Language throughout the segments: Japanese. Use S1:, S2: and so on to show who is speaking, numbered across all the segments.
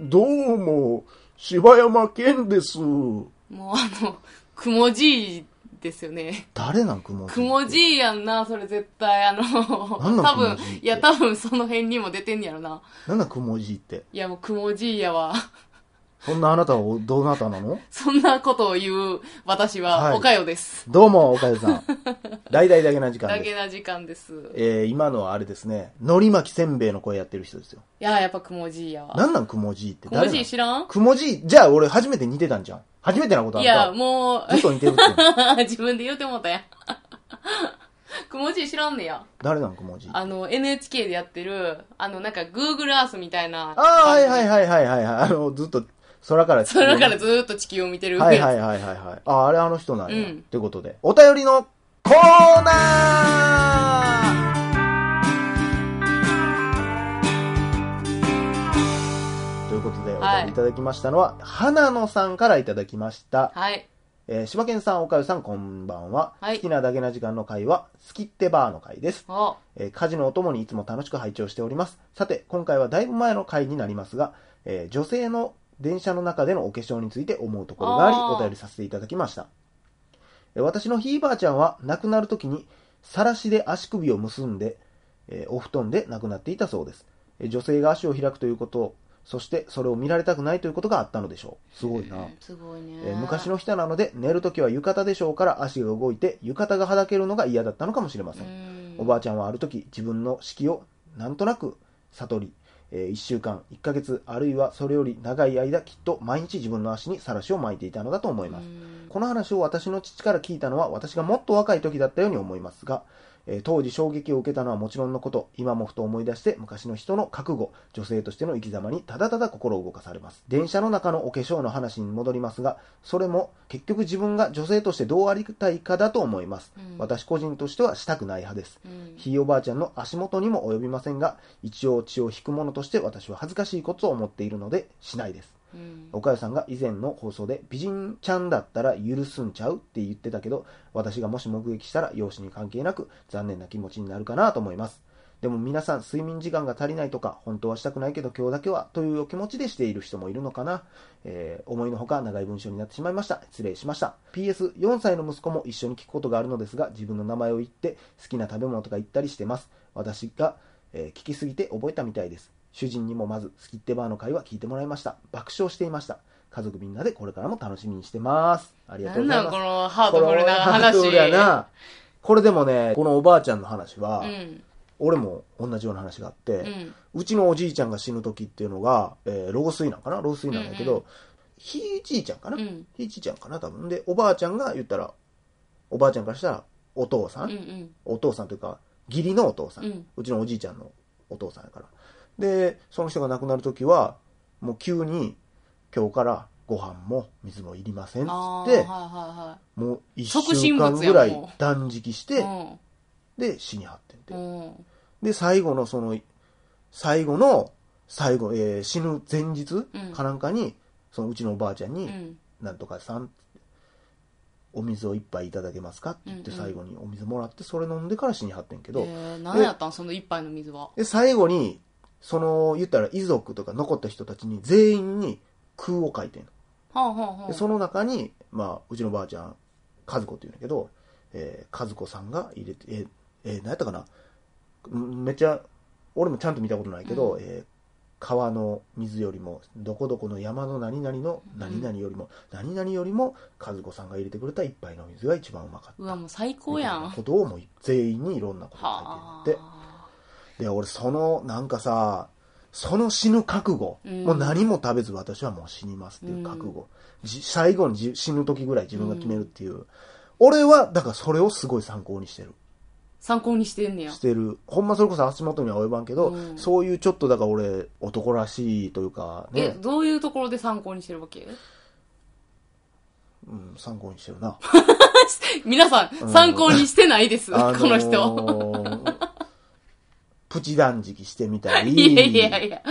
S1: どうも、柴山健です。
S2: もうあの、くもじいですよね。
S1: 誰なんくもじいって
S2: くもじいやんな、それ絶対。あの、
S1: なんなん
S2: 多
S1: くも
S2: 分
S1: じいって、
S2: いや、多分その辺にも出てんやろな。
S1: なんだくもじいって。
S2: いや、もうくもじいやわ。
S1: そんなあなたはどなたなの
S2: そんなことを言う私
S1: はい
S2: は、おかよです。
S1: どうも、岡田さ ん。大々だけな時間
S2: だ
S1: で
S2: け
S1: す。
S2: な時間です。
S1: えー、今のはあれですね、のり巻きせんべいの声やってる人ですよ。
S2: いや、やっぱくもじいやわ。
S1: なんなんくもじいって
S2: くも
S1: 誰
S2: じい
S1: な
S2: 知らん
S1: のくもじい、じゃあ俺初めて似てたんじゃん。初めてなことあ
S2: い
S1: っ
S2: や、
S1: た。
S2: もう
S1: ず、っと似てるって。
S2: 自分で言うてもうたやん。 くもじい知らんねや。
S1: 誰なんくもじい。あ
S2: あの、NHK でやってる、あの、なんか Google Earth みたいな。
S1: あー、はいはいはいはいはい。あの、ずっと空から地球
S2: そ
S1: を
S2: れからずーっと地球を見てる。
S1: はいはいはいはいはい。あ、あれあの人なんや。
S2: うん
S1: ということで、お便りのコーナーということで、お便
S2: はい
S1: りいただきましたのは、花野さんからいただきました。
S2: はい。
S1: えー、柴犬さん、岡かさん、こんばんは。
S2: はい
S1: 好きなだけな時間の会は、好きってバーの会です。
S2: お、
S1: えー家事のお供にいつも楽しく拝聴しております。さて、今回はだいぶ前の回になりますが、えー女性の電車の中でのお化粧について思うところがあり、
S2: あー
S1: お便りさせていただきました。えー私のひいばあちゃんは亡くなる時に、さらしで足首を結んで、えーお布団で亡くなっていたそうです。えー女性が足を開くということ、そしてそれを見られたくないということがあったのでしょう。すごいな。
S2: うんすごいね。
S1: えー昔の人なので、寝るときは浴衣でしょうから足が動いて、浴衣がはだけるのが嫌だったのかもしれません。
S2: うん
S1: おばあちゃんはある時自分の式をなんとなく悟り、え1週間1ヶ月あるいはそれより長い間きっと毎日自分の足にさらしを巻いていたのだと思います、
S2: うん
S1: この話を私の父から聞いたのは私がもっと若い時だったように思いますが、えー当時衝撃を受けたのはもちろんのこと今もふと思い出して昔の人の覚悟女性としての生き様にただただ心を動かされます電車の中のお化粧の話に戻りますがそれも結局自分が女性としてどうありたいかだと思います、
S2: うん
S1: 私個人としてはしたくない派です
S2: うん
S1: ひいおばあちゃんの足元にも及びませんが一応血を引くものとして私は恥ずかしいことを思っているのでしないです
S2: うん
S1: 岡谷さんが以前の放送で美人ちゃんだったら許すんちゃうって言ってたけど私がもし目撃したら容姿に関係なく残念な気持ちになるかなと思いますでも皆さん睡眠時間が足りないとか本当はしたくないけど今日だけはというお気持ちでしている人もいるのかな、えー思いのほか長い文章になってしまいました失礼しました PS4 歳の息子も一緒に聞くことがあるのですが自分の名前を言って好きな食べ物とか言ったりしてます私が、えー聞きすぎて覚えたみたいです主人にもまず好きってバーの会は聞いてもらいました爆笑していました家族みんなでこれからも楽しみにしてますありが
S2: な
S1: とうんござい
S2: な
S1: ます
S2: んこのハートフルな
S1: このハー
S2: 話。
S1: トフルやなこれでもねこのおばあちゃんの話は、
S2: うん。
S1: 俺も同じような話があって、
S2: う。
S1: うんちのおじいちゃんが死ぬ時っていうのが、えー老衰なんかな老衰なんだけど、
S2: うんうん
S1: ひいじいちゃんかな、
S2: うん。
S1: ひいじいちゃんかな多分でおばあちゃんが言ったらおばあちゃんからしたらお父さ、
S2: うんん。
S1: お父さんというか義理のお父さん、
S2: う
S1: うんちのおじいちゃんのお父さんやからでその人が亡くなる時はもう急に今日からご飯も水もいりませんっつ
S2: あ
S1: っ
S2: ーはい
S1: て
S2: は
S1: もう一
S2: 即
S1: 週
S2: 身
S1: 間
S2: 仏や
S1: ぐらい
S2: もう
S1: 断食し
S2: い
S1: て、
S2: はい。
S1: で、死にはってんて。
S2: うん。うん。
S1: で、最後のその、最後の、最後、えー死ぬ前日
S2: うん
S1: かなんかに、そのうちのおばあちゃん
S2: う
S1: に、
S2: ん。
S1: なんとかさん、お水を一杯いただけますかって言って
S2: うんうん
S1: 最後にお水もらって、それ飲んでから死にはってんけ
S2: え
S1: ど、
S2: ー、何やったんその一杯の水は。
S1: で、最後に、その、言ったら遺族とか残った人たちに全員に空を書いてんの
S2: はあはあは
S1: で
S2: あ。
S1: その中に、まあ、うちのばあちゃん、和子って言うんだけど、えー、和子さんが入れて、えーえー何やったかなうんめっちゃ、俺もちゃんと見たことないけど、
S2: うん
S1: えー川の水よりも、どこどこの山の何々の何々よりも、何々よりも、和子さんが入れてくれた一杯の水が一番うまかった。
S2: うわ、もう最高
S1: み
S2: やん。
S1: たいな
S2: は
S1: ことをもう全員にいろんなこと
S2: あ
S1: を。書いてるって。で、俺その、なんかさ、その死ぬ覚悟、
S2: うん
S1: もう何も食べず私はもう死にますっていう覚悟、じ最後にじ死ぬ時ぐらい自分が決めるっていう、俺はだからそれをすごい参考にしてる
S2: 参考にしてんねや
S1: し。てるほんまそれこそ足元には及ばんけど、
S2: うん
S1: そういうちょっとだから俺男らしいというか
S2: え、
S1: ね、
S2: どういうところで参考にしてるわけ
S1: うん、参考にしてるな
S2: 皆さ
S1: うん
S2: ん、参考にしてないです。こ
S1: あ
S2: の人。
S1: ープチ断食してみたり
S2: いやいやいや、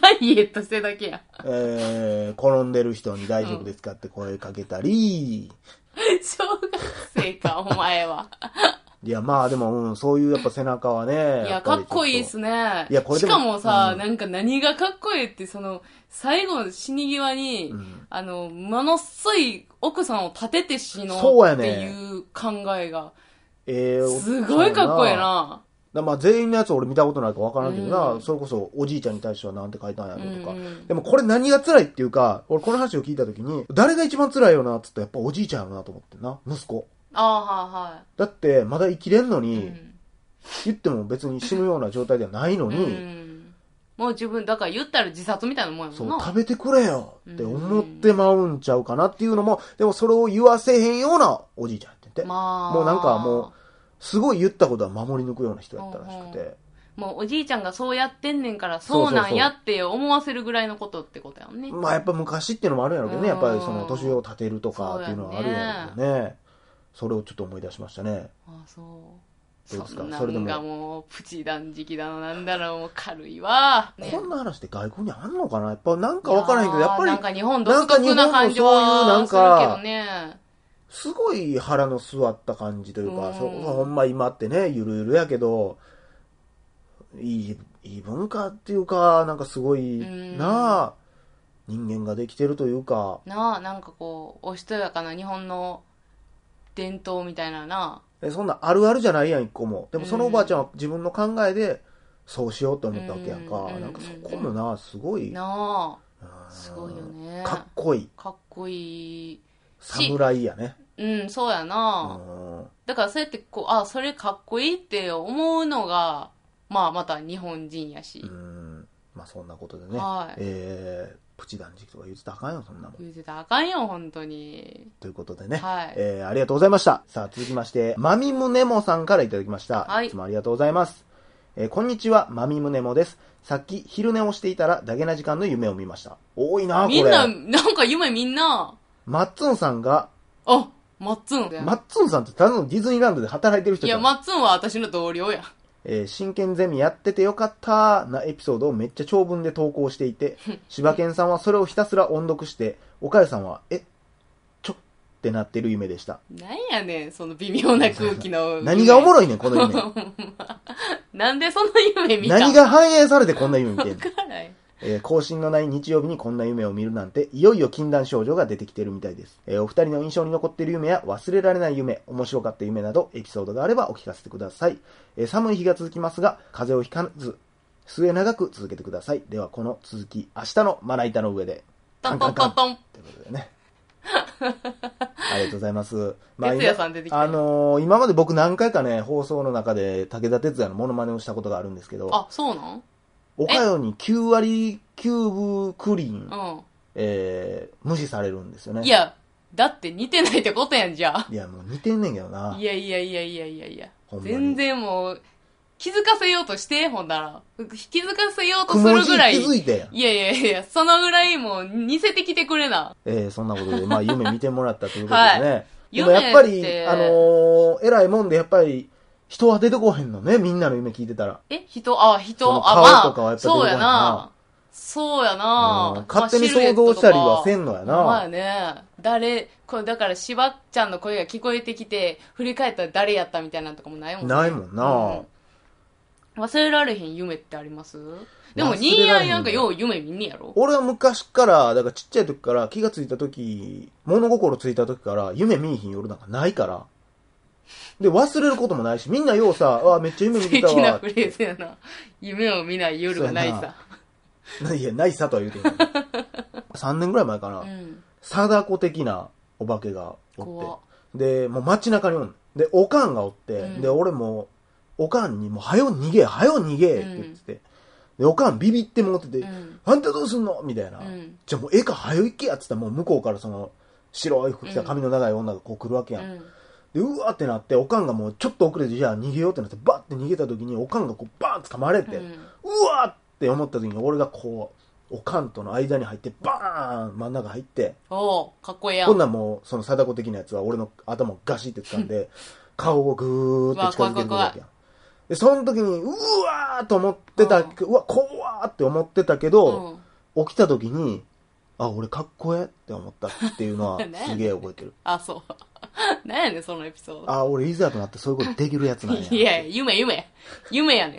S2: ダイエットしてるだけや。
S1: えー転んでる人に大丈夫ですかって声かけたり、
S2: 小学生か、お前は。
S1: いや、まあでも、うん、そういうやっぱ背中はね。
S2: い
S1: や
S2: や、
S1: ぱりちょ
S2: かっ
S1: と
S2: こいいっすね。
S1: いやこれで
S2: し
S1: も
S2: かもさ、
S1: うん
S2: なんか何がかっこいいって、その、最後の死に際に、
S1: うん
S2: あの、ものすごい奥さんを立てて死の
S1: そうや
S2: うって
S1: ね
S2: いう考えが、
S1: ええ
S2: すごいかっこいい。
S1: だ
S2: な。
S1: らまあ全員のやつ俺見たことないからわからんけどな、
S2: うん
S1: それこそおじいちゃんに対してはなんて書いたんやろうとか。
S2: うんうん
S1: でもこれ何が辛いっていうか、俺この話を聞いた時に、誰が一番辛いよなっつってやっぱおじいちゃんやろなと思ってんな、息子。
S2: ああ、は
S1: だってまだ生きれんの
S2: いはい。
S1: に、言っても別に死ぬような状態ではないの
S2: うん
S1: に、
S2: うんもう自分、だから言ったら自殺みたいなもんや
S1: そ
S2: もん
S1: う、
S2: な。
S1: 食べてくれよって思ってまうんちゃうかなっていうのも、でもそれを言わせへんようなおじいちゃんやってて、
S2: まあ。
S1: もうなんかもすごい言ったことは守り抜くような人やったらしくて、
S2: うんもうおじいちゃんがそうやってんねんから、そうなんやって思わせるぐらいのことってことやんね。
S1: まあやっぱ昔っていうのもあるんやろうけどね、
S2: うん
S1: やっぱりその年を立てるとかっていうのはあるんやろうけどね。それをちょっと思い出しましたね。
S2: ああ、そう。
S1: どうですか
S2: そんな
S1: それで
S2: ん
S1: も
S2: がもう、プチ断食だの、なんだろう、もう軽いわ。ね
S1: こんな話って外国にあんのかなやっぱなんかわからへんけど、やっぱ
S2: なん
S1: り
S2: か日本独特な感情
S1: なん
S2: はす
S1: か日本のそう
S2: るけどね。
S1: すごい腹の据わった感じというか、
S2: うん
S1: そうほんま今ってね、ゆるゆるやけど、いい、いい文化っていうか、なんかすごい
S2: うん
S1: なあ、人間ができてるというか、
S2: なあ、なんかこう、おしとやかな日本の伝統みたいなな。
S1: えそんなあるあるじゃないやん、一個も。でもその
S2: う
S1: お
S2: ん
S1: ばあちゃんは自分の考えで、そうしようと思ったわけやんか。
S2: うん
S1: なんかそこもな、すごい、
S2: な
S1: うん
S2: あ、すごいよね。
S1: かっこいい。
S2: かっこいい。し
S1: 侍やね。
S2: うん、そうや
S1: う
S2: な。
S1: ん
S2: だからそうやってこう、あ、それかっこいいって思うのが、まあまた日本人やし
S1: う。ん。まあそんなことでね。
S2: はい
S1: えープチ断食とか言ってたらあかんよ、そんなもん。
S2: 言うてたらあかんよ、本当に。
S1: ということでね。
S2: はい
S1: えーありがとうございました。さあ、続きまして、まみむねもさんからいただきました。
S2: はい
S1: いつもありがとうございます。えーこんにちは、まみむねもです。さっき、昼寝をしていたら、ダゲな時間の夢を見ました。多いなこれ。
S2: みんな、なんか夢みんな、
S1: マッツンさんが、
S2: あ、マッツン。
S1: マッツンさんってただのディズニーランドで働いてる人
S2: い
S1: じゃ
S2: や、
S1: ん。
S2: マッツンは私の同僚や。
S1: えー真剣ゼミやっててよかったなエピソードをめっちゃ長文で投稿してい て、柴犬さんはそれをひたすら音読して、岡谷さんは、え、ちょってなってる夢で した。
S2: なんやねん、その微妙な空気の。
S1: 何がおも
S2: ろ
S1: ろいねん、この夢。
S2: なんでその夢 見た
S1: 何が反映されてこんな夢見てんの
S2: わからない。
S1: えー更新のない日曜日にこんな夢を見るなんて、いよいよ禁断症状が出てきてるみたいです。えーお二人の印象に残っている夢や忘れられない夢、面白かった夢など、エピソードがあればお聞かせてください。えー寒い日が続きますが、風邪をひかず、末長く続けてください。では、この続き、明日のまな板の上で。
S2: トントントントン。
S1: ということでね。ありがとうございます。まあ、
S2: 哲也さん出てきた
S1: あのー今まで僕何回かね、放送の中で武田鉄矢のモノマネをしたことがあるんですけど、
S2: あ、そうなん
S1: おかよに9割9分クリーン、
S2: う
S1: えー無視されるんですよね。
S2: ん。い。や、だって似てないってことやんじゃあ。
S1: いや、もう似てんねんけどな。
S2: いやいやいやいやいやいや
S1: ほん。まに
S2: 全然もう、気づかせようとして、ほんなら。気づかせよう
S1: く
S2: とす
S1: も
S2: る
S1: 字
S2: ぐらい。
S1: 気づいてん。
S2: いやいやいや、そのぐらいもう似せてきてくれな。
S1: えーそんなことで、まあ、夢見てもらったということでね。でも
S2: 夢
S1: やっぱり、
S2: って
S1: あのー偉いもんで、やっぱり、人は出てこへんのね、みんなの夢聞いてたら。
S2: え人あ、
S1: その
S2: 人あ、まあ、
S1: 顔とかはやっぱ出てこ
S2: そう
S1: ない
S2: や
S1: な
S2: な。そうや
S1: うん
S2: な。
S1: 勝手に想像したりはせんのやな
S2: まあシルエットとかほんまやね。誰、これだから、しばっちゃんの声が聞こえてきて、振り返ったら誰やったみたいなんとかもないもんね。
S1: ないもんな、
S2: うん忘れられへん夢ってありますでも、
S1: 忘れられへん
S2: ニーヤンなんかよう夢見んねやろ
S1: 俺は昔から、だからちっちゃい時から、気がついた時、物心ついた時から、夢見いひん夜なんかないから。で、忘れることもないし、みんなようさ、あめっちゃ夢見
S2: 素
S1: てた
S2: 敵な
S1: わ
S2: フ。レーズやな。夢を見ない夜はない
S1: そうや
S2: さ。
S1: いや、ないさとは言うて ない。3年ぐらい前かな。
S2: うん。
S1: 貞子的なお化けがお
S2: 怖
S1: って。で、もう街中におんので、おかんがおって、
S2: うん
S1: で、俺も、おかんに、もう、はよ逃げ、はよ逃げって言ってて。で、おかんビビってもってて、
S2: うん
S1: あんたどうすんのみたいな。
S2: うん
S1: じゃあもう、ええか、はよ行けやっつったら、もう向こうからその、白い服着た髪の長い女がこう来るわけ
S2: う
S1: やん。
S2: ん。
S1: で、うわーってなって、おかんがもうちょっと遅れて、じゃあ逃げようってなって、バッて逃げた時に、おかんがこう、バーン掴まれて、
S2: うん
S1: うわーって思った時に俺がこうおかんとの間に入ってバーン真ん中入って
S2: おうかっこええやん。
S1: こんなんもうその貞子的なやつは俺の頭をガシって掴ん で顔をぐーって近づけてくるわけやんでその時にうわーと思ってた、う
S2: う
S1: わ怖ーって思ってたけど、起きた時にあ俺かっこええって思ったっていうのは
S2: なんやねん
S1: すげえ覚えてる
S2: あ、そう。 なんやねん、そのエピソード。
S1: あ、俺いざとなってそういうことできるやつなん
S2: いや
S1: や。
S2: いや、夢、夢。夢やねん。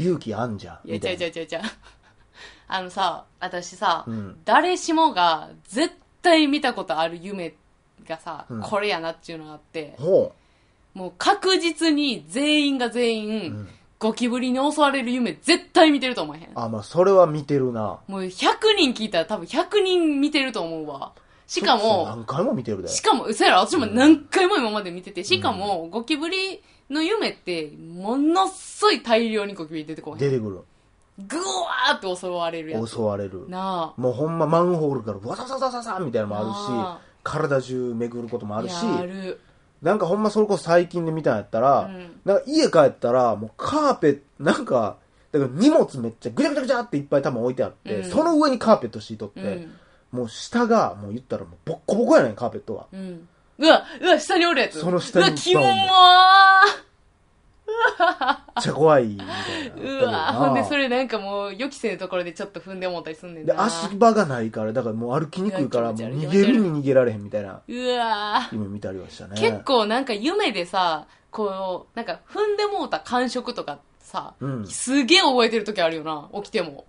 S1: 勇気あんじゃん。
S2: いや、
S1: みた
S2: ちゃ
S1: いうな。
S2: ちゃうちゃうちゃう。 あのさ、私さ、
S1: うん
S2: 誰しもが絶対見たことある夢がさ、
S1: うん
S2: これやなっていうのがあって、
S1: ほ
S2: もう確実に全員が全員、
S1: う。うん。
S2: ゴキブリに襲われる夢絶対見てると思えへん。
S1: あ、まあ、それは見てるな。
S2: もう100人聞いたら多分100人見てると思うわ。しか
S1: そう
S2: も、
S1: 何回も見てるで。
S2: しかも、うそやろ、私も何回も今まで見てて、しかも、ゴキブリの夢って、ものすごい大量にゴキブリ出てこへん。
S1: 出てく
S2: ぐわーって襲われるや
S1: る。
S2: つ。
S1: 襲われる。
S2: な
S1: もうほんまマンホールからわさささささみたいなのもあ
S2: あ
S1: るし、体中巡ることも
S2: あ。
S1: あるし、
S2: いやある。
S1: なんかほんまそれこそ最近で見たんやったら、
S2: うん
S1: なんか家帰ったら、もうカーペット、なんか、だから荷物めっちゃぐちゃぐちゃぐちゃっていっぱい多分置いてあって、
S2: うん
S1: その上にカーペット敷いとって、
S2: うん。
S1: もう下が、もう言ったらもうボッコボコやねん、カーペットが。
S2: うん。うわ、うわ、下におるやつ。
S1: その下に
S2: うわ、キモー
S1: ドンめっちゃ怖い、みたいな。
S2: うわ、
S1: だけどな
S2: ほんで、それなんかもう、予期せぬところでちょっと踏んで思ったりすんねん
S1: で、
S2: な。
S1: 足場がないから、だからもう歩きにくいから、もう
S2: いや気持ち悪い
S1: 逃げるに逃げられへんみたいな
S2: うわ
S1: 夢見たりはしたね。
S2: 結構なんか夢でさ、こう、なんか踏んでもうた感触とかさ、
S1: うん
S2: すげえ覚えてる時あるよな、起きても。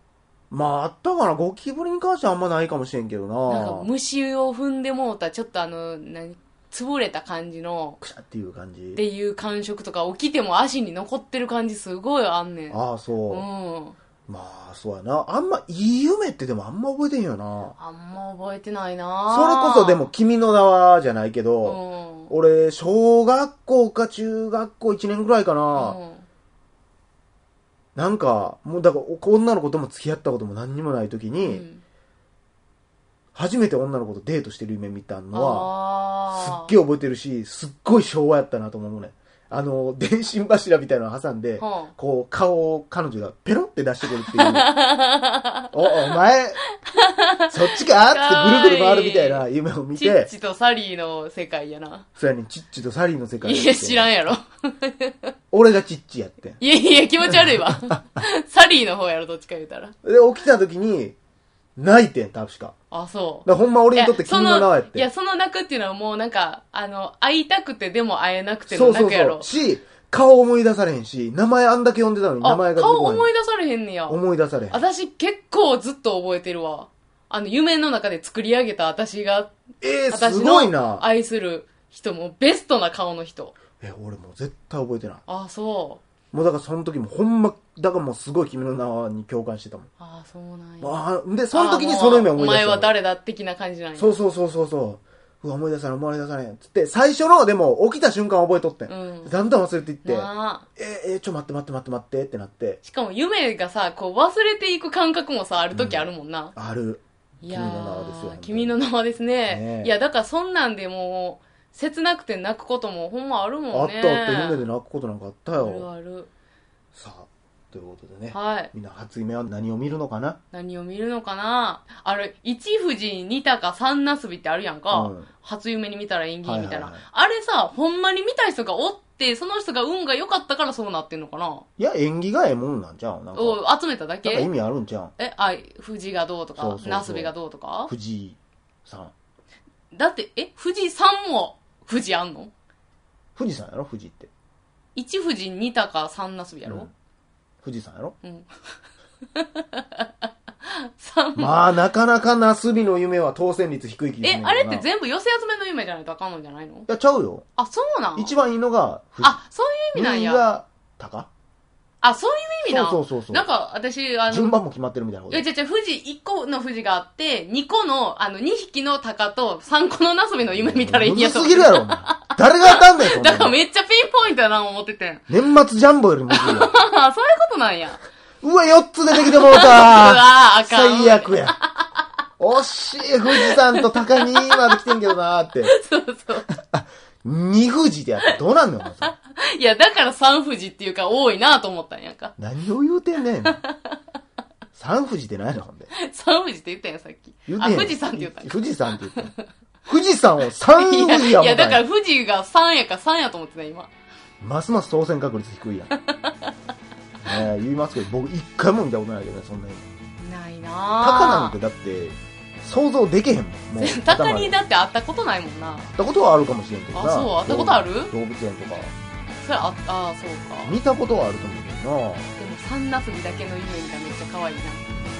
S1: まあ、あったかな。ゴキブリに関してはあんまないかもしれんけど
S2: なんか
S1: な。
S2: 虫を踏んでもうた、ちょっとあの、何、潰れた感じの、
S1: くしゃっていう感
S2: っ
S1: じ。
S2: ていう感触とか、起きても足に残ってる感じすごいあんねん。
S1: ああ、そうう。
S2: ん。
S1: まあ、そうやな。あんま、いい夢ってでもあんま覚えてへんよな。
S2: あんま覚えてない
S1: それ
S2: な
S1: こそでも、、君の名はじゃないけど、
S2: う
S1: 俺、小学校か中学校1年ぐらいかな。
S2: ん。うん
S1: なんか、もうだから、女の子とも付き合ったことも何にもない時に、
S2: うん
S1: 初めて女の子とデートしてる夢見たのは、す
S2: あ
S1: っ
S2: ー
S1: げえ覚えてるし、すっごい昭和やったなと思うね。あの、電信柱みたいなの挟んで、
S2: はあ
S1: こう、顔を彼女がペロって出してくる っていう。お、お前、そっちかってぐるぐる回るみたいな夢を見
S2: チッ
S1: て、
S2: チとサリーの世界やな。
S1: そやねんチッチとサリーの世界
S2: いや、知らん
S1: ん。
S2: やろ。
S1: 俺がチッチやってん。
S2: いやいや、気持ち悪いわ。 サリーの方やろ、どっちか言うたら。
S1: で、起きた時に、泣いてん、確か。だか
S2: あ、そう。
S1: らほんま俺にとって
S2: いやそ
S1: 君の名はやっ
S2: い
S1: てん
S2: や、。その泣くっていうのはもうなんか、あの、会いたくてでも会えなくて
S1: そ
S2: の
S1: うそ
S2: 泣
S1: う
S2: くや
S1: そ
S2: ろ
S1: う。。し、顔思い出されへんし、名前あんだけ呼んでたのに名前
S2: あ、
S1: が
S2: 顔
S1: 出てこない
S2: 思い出されへんねや。
S1: 思い出されへん。
S2: 私結構ずっと覚えてるわ。あの、夢の中で作り上げた私が、
S1: えー、
S2: 私
S1: すごい
S2: の
S1: な。
S2: 愛する人もベストな顔の人。
S1: え、俺もう絶対覚えてない。
S2: あ、そう。
S1: もうだからその時もほんま、だからもうすごい君の名はに共感してたもん。
S2: あ、そうなんや。
S1: あーで、その時にその夢思い出
S2: あ
S1: した
S2: もうお前
S1: の。
S2: は誰だ的な感じなんや。
S1: そうそうそうそうそう。うわ、思い出さない、思い出さない。つって、最初の、でも、起きた瞬間覚えとってん。
S2: うん
S1: だんだん忘れていって、
S2: なあ
S1: えー、えー、ちょ、待って待って待って待ってってなって、
S2: しかも夢がさ、こう忘れていく感覚もさ、ある時あるもんな。
S1: ある。
S2: いや
S1: 君の名はですよ本
S2: ー
S1: 当に
S2: 君の名はですね。
S1: ねえ
S2: いや、だからそんなんでもう、切なくて泣くこともほんまある
S1: あ
S2: も
S1: っ
S2: ん
S1: た
S2: ね。
S1: あった、夢で泣くことなんかあった
S2: ある
S1: よ。
S2: ある。
S1: さあ、ということでね。
S2: はい。
S1: みんな初夢は何を見るのかな
S2: 何を見るのかなあれ、一富士、二鷹、三なすびってあるやんか。
S1: うん
S2: 初夢に見たら縁起いいみたいな、
S1: はいはいはい
S2: あれさ、ほんまに見た人がおって、その人が運が良かったからそうなってんのかない
S1: や、縁起がええもんなんじゃうん。なんか、
S2: を集めただ
S1: なんか意
S2: け
S1: 味あるんじゃうん。
S2: え、あ、富士がどう
S1: そ
S2: と
S1: うそ
S2: か
S1: う、そう
S2: なすびがどうとか
S1: 藤井さん。
S2: だって、え、富士山も富士あんの
S1: 富士山やろ富士って。
S2: 一富士、二鷹、三なすびやろ、
S1: 富士山やろ
S2: うん。三
S1: まあ、なかなかなすびの夢は当選率低い気がす
S2: え
S1: る、
S2: あれって
S1: い
S2: 全部寄せ集めの夢じゃないとあかんのじゃないの
S1: や、ちゃうよ。
S2: あ、そうなん
S1: 一番いいのが富士、
S2: あ、そういう意味なん
S1: 右
S2: や。
S1: が鷹
S2: あ、そういう意味なん
S1: そうそうそうそう
S2: なんか、私、あの、
S1: 順番も決まってるみたいなこ
S2: い
S1: と
S2: や、。違う違う、富士、1個の富士があって、2個の、あの、2匹の鷹と、3個のナスビの夢見たらいいや
S1: む
S2: と
S1: ずす。ぎるやろ、お前。誰が当たんねん、そん
S2: だから
S1: なの
S2: めっちゃピンポイントやな、思っててん。
S1: 年末ジャンボよりむずいよ。
S2: ああ、そういうことなんや。
S1: うわ、4つ出てきてもう
S2: う
S1: た
S2: わあ、あかん。
S1: 最。悪や。惜しい、富士山と鷹にまで来てんけどなーって。
S2: そうそう。
S1: 二富士でやってどうなんのよ、お前それ
S2: いや、だから3富士っていうか、多いなと思ったんやんか。
S1: 何を言うてんねん。三富士ってないのほんで。
S2: 3富士って言ったんや、さっき。
S1: 言うて
S2: あ、
S1: へん
S2: 富士山って言ったんか。
S1: 富士山って言ったん富士山を三
S2: いや、
S1: 富士
S2: い
S1: や
S2: や
S1: もん
S2: だから富士が3やから3やと思ってた、今。
S1: ますます当選確率低い やん。ねえ、言いますけど、僕一回も見たことないけどね、そんなに。
S2: ない
S1: 高
S2: な
S1: なん
S2: ぁ
S1: てだって、想像できへんもん。も う
S2: 鷹に
S1: 行っ
S2: だって会ったことないもんな
S1: たことはあるかもしれんけどな。
S2: あそう会ったことある
S1: 動物園とか。
S2: それああーそうか
S1: 見たことはあると思うけどな。
S2: でも三なすびだけの夢みたいなめっちゃ可愛いな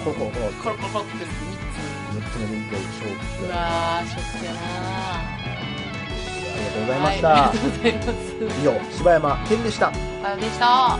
S1: コロコロコロ
S2: コロコロコロって三
S1: 6つ目で一回勝
S2: つ
S1: 負。
S2: う
S1: あ
S2: わーショックやな
S1: りがとうございまし
S2: は
S1: た
S2: あり。がとうございます
S1: 以上、柴山健でした。
S2: あでした